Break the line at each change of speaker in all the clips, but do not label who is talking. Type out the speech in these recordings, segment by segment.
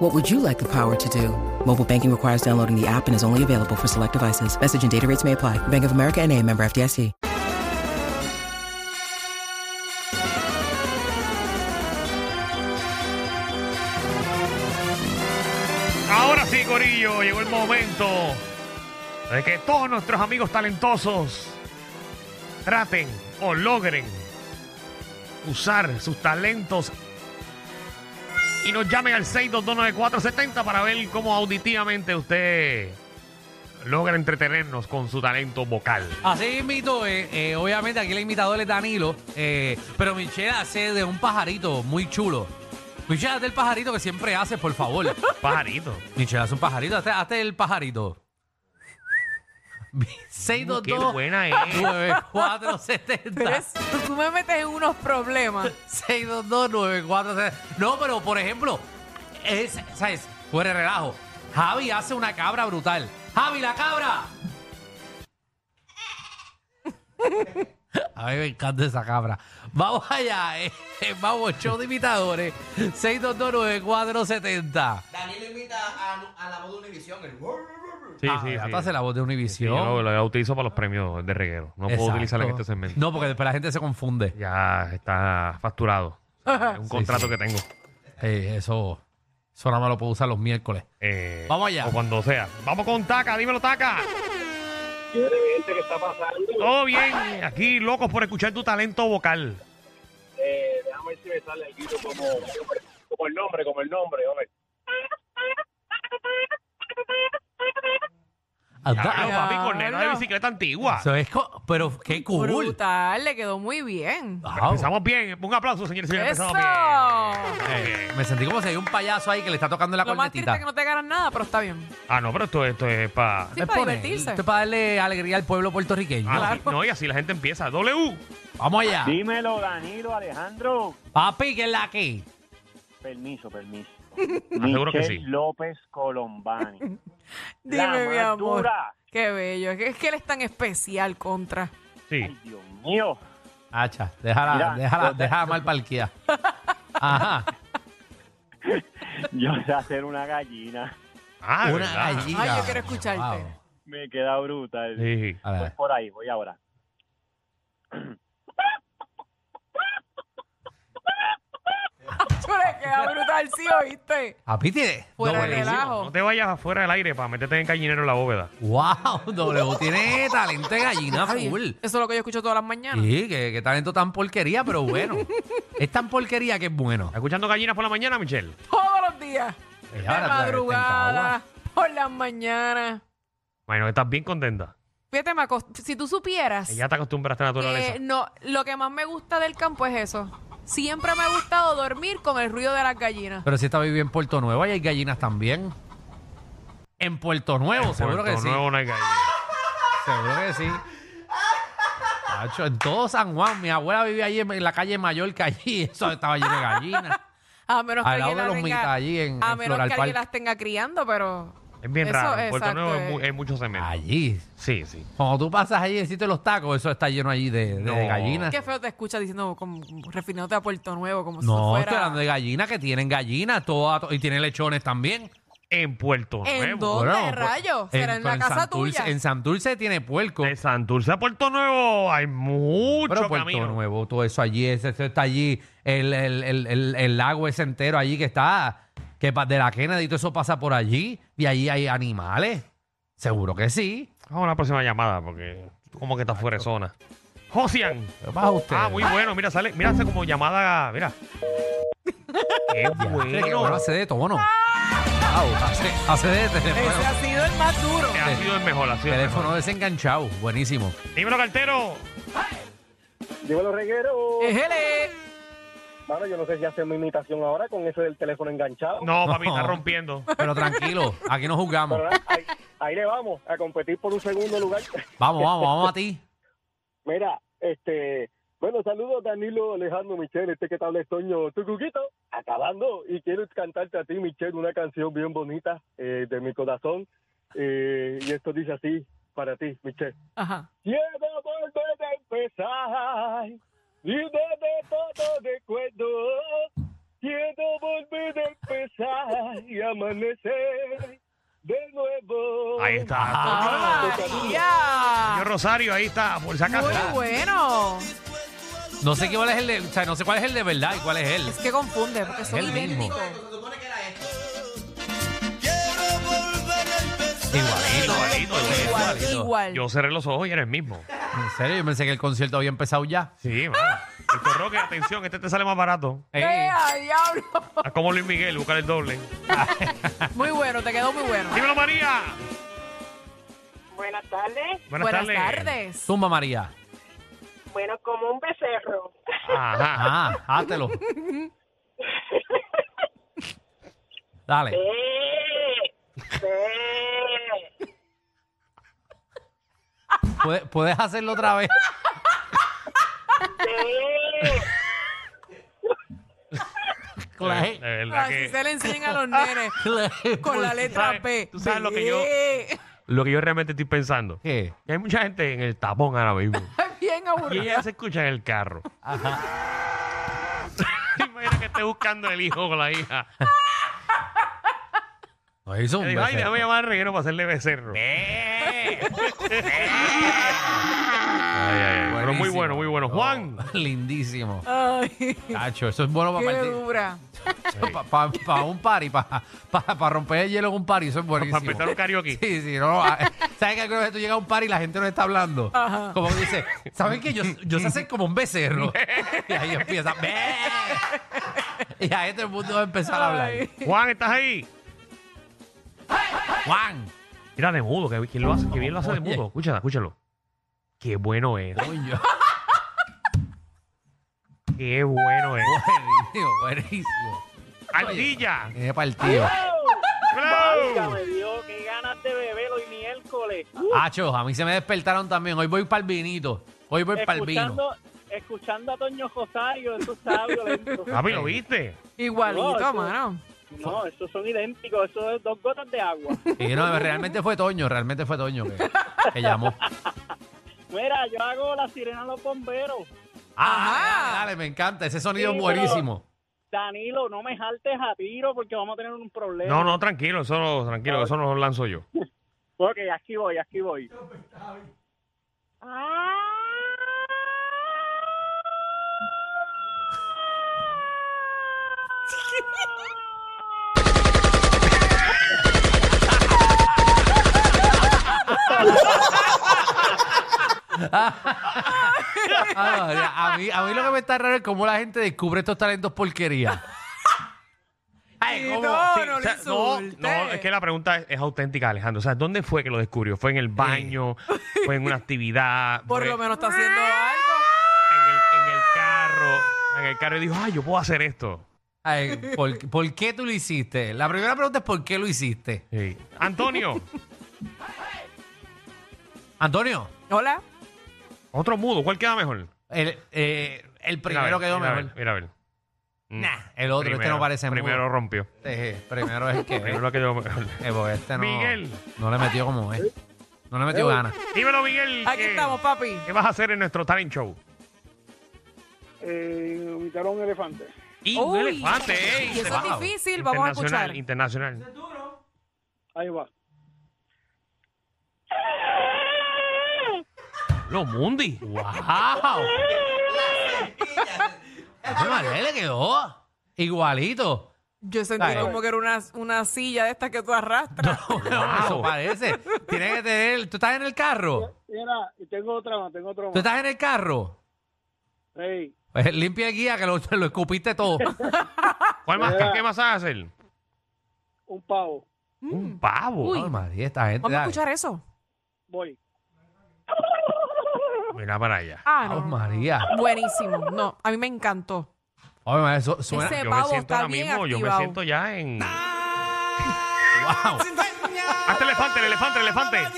What would you like the power to do? Mobile banking requires downloading the app and is only available for select devices. Message and data rates may apply. Bank of America and a member FDIC.
Ahora sí, Corillo, llegó el momento de que todos nuestros amigos talentosos traten o logren usar sus talentos y nos llamen al 6229470 para ver cómo auditivamente usted logra entretenernos con su talento vocal.
Así invito, obviamente aquí el invitador es Danilo, eh, pero Michelle hace de un pajarito muy chulo. Michelle, hazte el pajarito que siempre haces, por favor.
Pajarito.
Michelle, hace un pajarito, hazte, hazte el pajarito.
Qué
622
buena es.
9470
Pero es- tú- tú me metes en unos problemas.
622-9470. No, pero por ejemplo, es, ¿sabes? Fuera de relajo. Javi hace una cabra brutal. ¡Javi, la cabra! A mí me encanta esa cabra. Vamos allá. eh. Vamos, show de imitadores. 6229470.
Danilo imita a, a la voz de Univisión. El...
Sí,
Ah,
sí,
ya
sí.
tú haces la voz de
Sí, yo
Univisión.
lo, lo utilizo para los premios de reguero. No puedo
Exacto.
utilizarla en este segmento.
No, porque después la gente se confunde.
Ya está facturado. Es un contrato
sí.
que tengo.
Eh, eso, eso nada más lo puedo usar los miércoles.
Eh,
Vamos allá.
O cuando sea. Vamos con Taca, dímelo, Taca.
¿Qué está pasando?
Todo bien. Aquí, locos, por escuchar tu talento vocal.
Eh, déjame ver si me sale el grito como, como el nombre, como el nombre, hombre.
Anda-
Claro, papi, cornero de
Diablo.
bicicleta antigua.
Eso es co- pero qué cool. Ah,
Brutal, le quedó muy bien.
Wow.
Empezamos bien. Un aplauso, señores. y señores.
Eso.
Empezamos bien.
Eh, me sentí como si hay un payaso ahí que le está tocando la
Lo más triste
cornetita.
es que no te ganan nada, pero está bien.
Ah, no, pero esto, esto es para...
Sí,
Es
para
poner-
divertirse.
Esto es para darle alegría al pueblo puertorriqueño.
Ah.
No, y así la gente empieza. W.
Vamos
Ah.
allá.
Dímelo, Danilo, Alejandro.
Papi, ¿qué es la que?
Permiso, permiso.
Aseguro que
Michelle
sí.
López Colombani. La
Dime, mi
más
amor.
dura.
Qué bello. Es que, es que él es tan especial contra.
Sí.
Ay, Dios mío.
Hacha, déjala,
Mira,
déjala,
yo te-
déjala mal parqueada. Ajá.
Yo sé hacer una gallina.
Ah, de
Una
verdad.
gallina.
Ay, yo quiero escucharte.
Wow.
Me queda brutal.
Sí.
A
Voy
ver,
por ahí, voy ahora.
Ah,
Tú le queda brutal, sí, oíste.
papi tiene.
Fuera de
doble-
Buenísimo.
relajo.
No te vayas afuera del aire para meterte en gallinero en la bóveda.
Wow, W tiene talento de gallina
Ay,
full.
Eso es lo que yo escucho todas las mañanas.
Sí, qué, qué talento tan porquería, pero bueno. es tan porquería que es bueno.
¿Estás escuchando gallinas por la mañana, Michelle?
Todos los días.
Y
De
ahora este tú sabes,
madrugada, por las mañanas.
Bueno, estás bien contenta.
Fíjate, me acost- si tú supieras.
Ya te acostumbraste a la naturaleza.
Eh, no, lo que más me gusta del campo es eso. Siempre me ha gustado dormir con el ruido de las gallinas.
Pero si está viviendo en Puerto Nuevo, ahí hay gallinas también. En Puerto Nuevo, seguro
Puerto
que
Nuevo no hay gallinas.
sí. Seguro que sí. Tacho, en todo San Juan, mi abuela vivía allí en en la calle Mallorca allí, eso estaba lleno de gallinas.
A menos
Al
que
lado
alguien
de los
las tenga-
mitas allí en-
a
en
menos
Floral
que alguien
Park.
las tenga criando, pero
Es bien
Eso,
raro. En Puerto
exacto,
Nuevo es,
eh.
mu- es mucho cemento.
Allí.
Sí, sí.
Cuando tú pasas allí en el sitio de los tacos, eso está lleno allí de, de
No.
gallinas.
qué feo te escucha diciendo como, como refinándote a Puerto Nuevo como si
No, estoy
fuera
hablando de gallinas que tienen gallinas toda- to- y tienen lechones también.
En Puerto
¿En
Nuevo.
dónde,
Bueno, pues,
rayos? ¿Será en, la
en
casa
Santurce-
tuya?
En Santurce tiene puerco.
De Santurce a Puerto Nuevo hay mucho
Pero Puerto
camino.
Nuevo, todo eso allí, ese- eso está allí, el, el- el- el- el lago ese entero allí que está, que pa- de la Kennedy, todo eso pasa por allí, y allí hay animales. Seguro que sí.
Vamos a la próxima llamada porque como que está fuera de zona. Josian.
Pero pasa usted.
Ah, muy bueno. Mira, sale, mira, hace como llamada. Mira. Qué
Cree que uno
bueno.
hace de tono.
Ah.
Au, hace, hace de
Ese
teléfono,
ha sido el más duro.
Ha sido el mejor, ha sido el
teléfono desenganchado. Buenísimo.
mejor. Dímelo, cartero.
Dímelo, reguero.
Eh. Ejele.
Bueno, yo no sé si hace mi imitación ahora con eso del teléfono enganchado.
No, papi,
No.
está rompiendo.
Pero tranquilo, aquí no juzgamos.
Pero nada, ahí, ahí le vamos a competir por un segundo lugar.
Vamos, vamos, vamos a ti.
Mira, este, bueno, saludos Danilo, Alejandro, Michelle, este que te habla es Toño, tu cuquito, acabando. Y quiero cantarte a ti, Michelle, una canción bien bonita eh, de mi corazón. Eh, y esto dice así, para ti, Michelle.
Ajá.
Quiero volver a empezar y desde todo recuerdo. Quiero volver a empezar y amanecer de nuevo.
Ahí está.
¡Ah,
Yo,
ya!
Rosario, ahí está, por si acaso.
Muy bueno.
No sé qué- cuál es el de, o sea, no sé cuál es el de verdad y cuál es él.
Es que confunde, porque son
el mismo.
idénticos.
Se supone que era esto.
Igualito, igualito,
Igual,
igualito.
igual.
Yo cerré los ojos y eres el mismo.
En serio, yo pensé que el concierto había empezado ya.
Sí, mano. Esto, Roque, atención, este te sale más barato.
Ey.
¡Ea, diablo!
Ah, Como Luis Miguel, buscar el doble.
Muy bueno, te quedó muy bueno.
Dímelo, María.
Buenas tardes.
Buenas,
tardes.
Zumba, María.
Bueno, como un becerro.
Ajá.
Ah, hátelo. Dale.
Eh, eh.
¿Puedes, puedes hacerlo otra vez. eh.
De, de verdad
Así
que.
se le enseñan a los nenes con la letra
sabes-
P.
tú sabes lo que yo-
Bien.
Lo que yo realmente estoy pensando.
¿Qué?
Que hay mucha gente en el tapón ahora mismo.
Bien
Y
aburrido.
ella se escucha en el carro. Imagina que esté buscando el hijo con la hija.
No, hizo
Le
un
digo, ay,
becerro.
déjame llamar al reguero para hacerle becerro.
¡Eh!
Ay, ay, ay. Pero muy
Buenísimo.
bueno, muy bueno.
No,
Juan.
lindísimo.
Ay,
Cacho, eso es bueno para
qué
partir.
dura.
Para un party, para romper el hielo en un party, eso es buenísimo.
Para empezar un karaoke.
Sí, sí, no. ah, ¿Sabes que alguna vez tú llegas a un party y la gente no está hablando?
Ajá.
Como que dice, ¿saben qué? Yo, yo sé hacer como un becerro. y ahí empieza. "Bé". y ahí todo el mundo va a empezar a hablar.
Ay.
Juan, ¿estás ahí?
Juan.
Mira, de mudo, que, que lo hace, que bien lo hace de
Oye.
mudo. Escúchala, escúchalo. Qué bueno es.
Coño.
Qué bueno es.
Buenísimo, buenísimo.
Ardilla.
Tiene partido.
¡Bravo!
me dio qué ganas de beber hoy miércoles.
Hacho, a mí se me despertaron también. Hoy voy para el vinito. Hoy voy para el vino.
escuchando, escuchando a Toño Rosario, eso está violento.
Papi, ¿lo viste?
Igualito,
No, eso-
mano.
No, esos son idénticos, eso es dos gotas de agua.
Y no, realmente fue Toño, realmente fue Toño que, que llamó.
Mira, yo hago la sirena a los bomberos.
Ah,
Ajá.
dale, dale, me encanta. Ese sonido
Sí,
es
pero-
buenísimo.
Danilo, no me jaltes a tiro porque vamos a tener un problema.
No, no, tranquilo, eso no, tranquilo, eso no lo lanzo yo.
Ok, aquí voy, aquí voy.
Ah, María, a, mí, a mí lo que me está raro es cómo la gente descubre estos talentos porquería. Ay,
Y
¿cómo?
no,
Sí,
no
o sea,
le
No,
insulte.
no, es que la pregunta es, es auténtica, Alejandro. O sea, ¿dónde fue que lo descubrió? ¿Fue en el baño? ¿Fue en una actividad?
Por
¿Fue
lo menos está haciendo algo.
En el, en el carro. En el carro y dijo, ay, yo puedo hacer esto.
ay, ¿por, por qué tú lo hiciste? La primera pregunta es ¿por qué lo hiciste?
Sí. Antonio,
Antonio,
Hola.
otro mudo, ¿cuál queda mejor?
el, eh, el primero
que
quedó mejor.
Mira, a ver. Mm.
Nah, el otro, este no parece mudo.
Primero rompió.
Eh, primero es el que... eh,
Primero quedó mejor.
porque este no,
Miguel.
no le metió como es. No le metió ganas.
Dímelo, Miguel.
Aquí
¿qué-
estamos, papi.
¿Qué vas a hacer en nuestro talent show?
Eh, invitaron un elefante.
Y un
Uy.
elefante, ey.
Y eso
wow.
es difícil, vamos a escuchar.
Internacional, internacional.
Ahí va.
Los Mundi.
¡Wow! Ave María, le quedó igualito.
Yo sentí
Ay.
como que era una, una silla de estas que tú arrastras.
Eso parece. Tienes que tener. ¿Tú estás en el carro?
Mira, y tengo otra más, tengo otra
¿Tú
más.
estás en el carro?
Ey,
Pues limpia el guía que lo, lo escupiste todo.
¿Cuál más?
Mira.
¿Qué más vas a hacer?
un pavo.
Un pavo.
Ay, María, esta gente.
Vamos a
dale.
escuchar eso.
Voy.
Mira para allá.
Ah,
Ay,
no.
María.
Buenísimo. No, a mí me encantó.
Ay, María, eso suena.
Yo
Ese-
me
pavo
siento
está
ahora
bien
mismo, yo me
activado.
siento ya en.
¡Wow!
Hasta el elefante, el elefante, el elefante.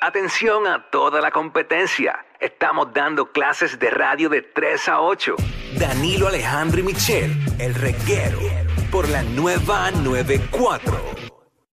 Atención a toda la competencia. Estamos dando clases de radio de 3 a 8. Danilo Alejandro y Michel, el reguero, por la nueva 94.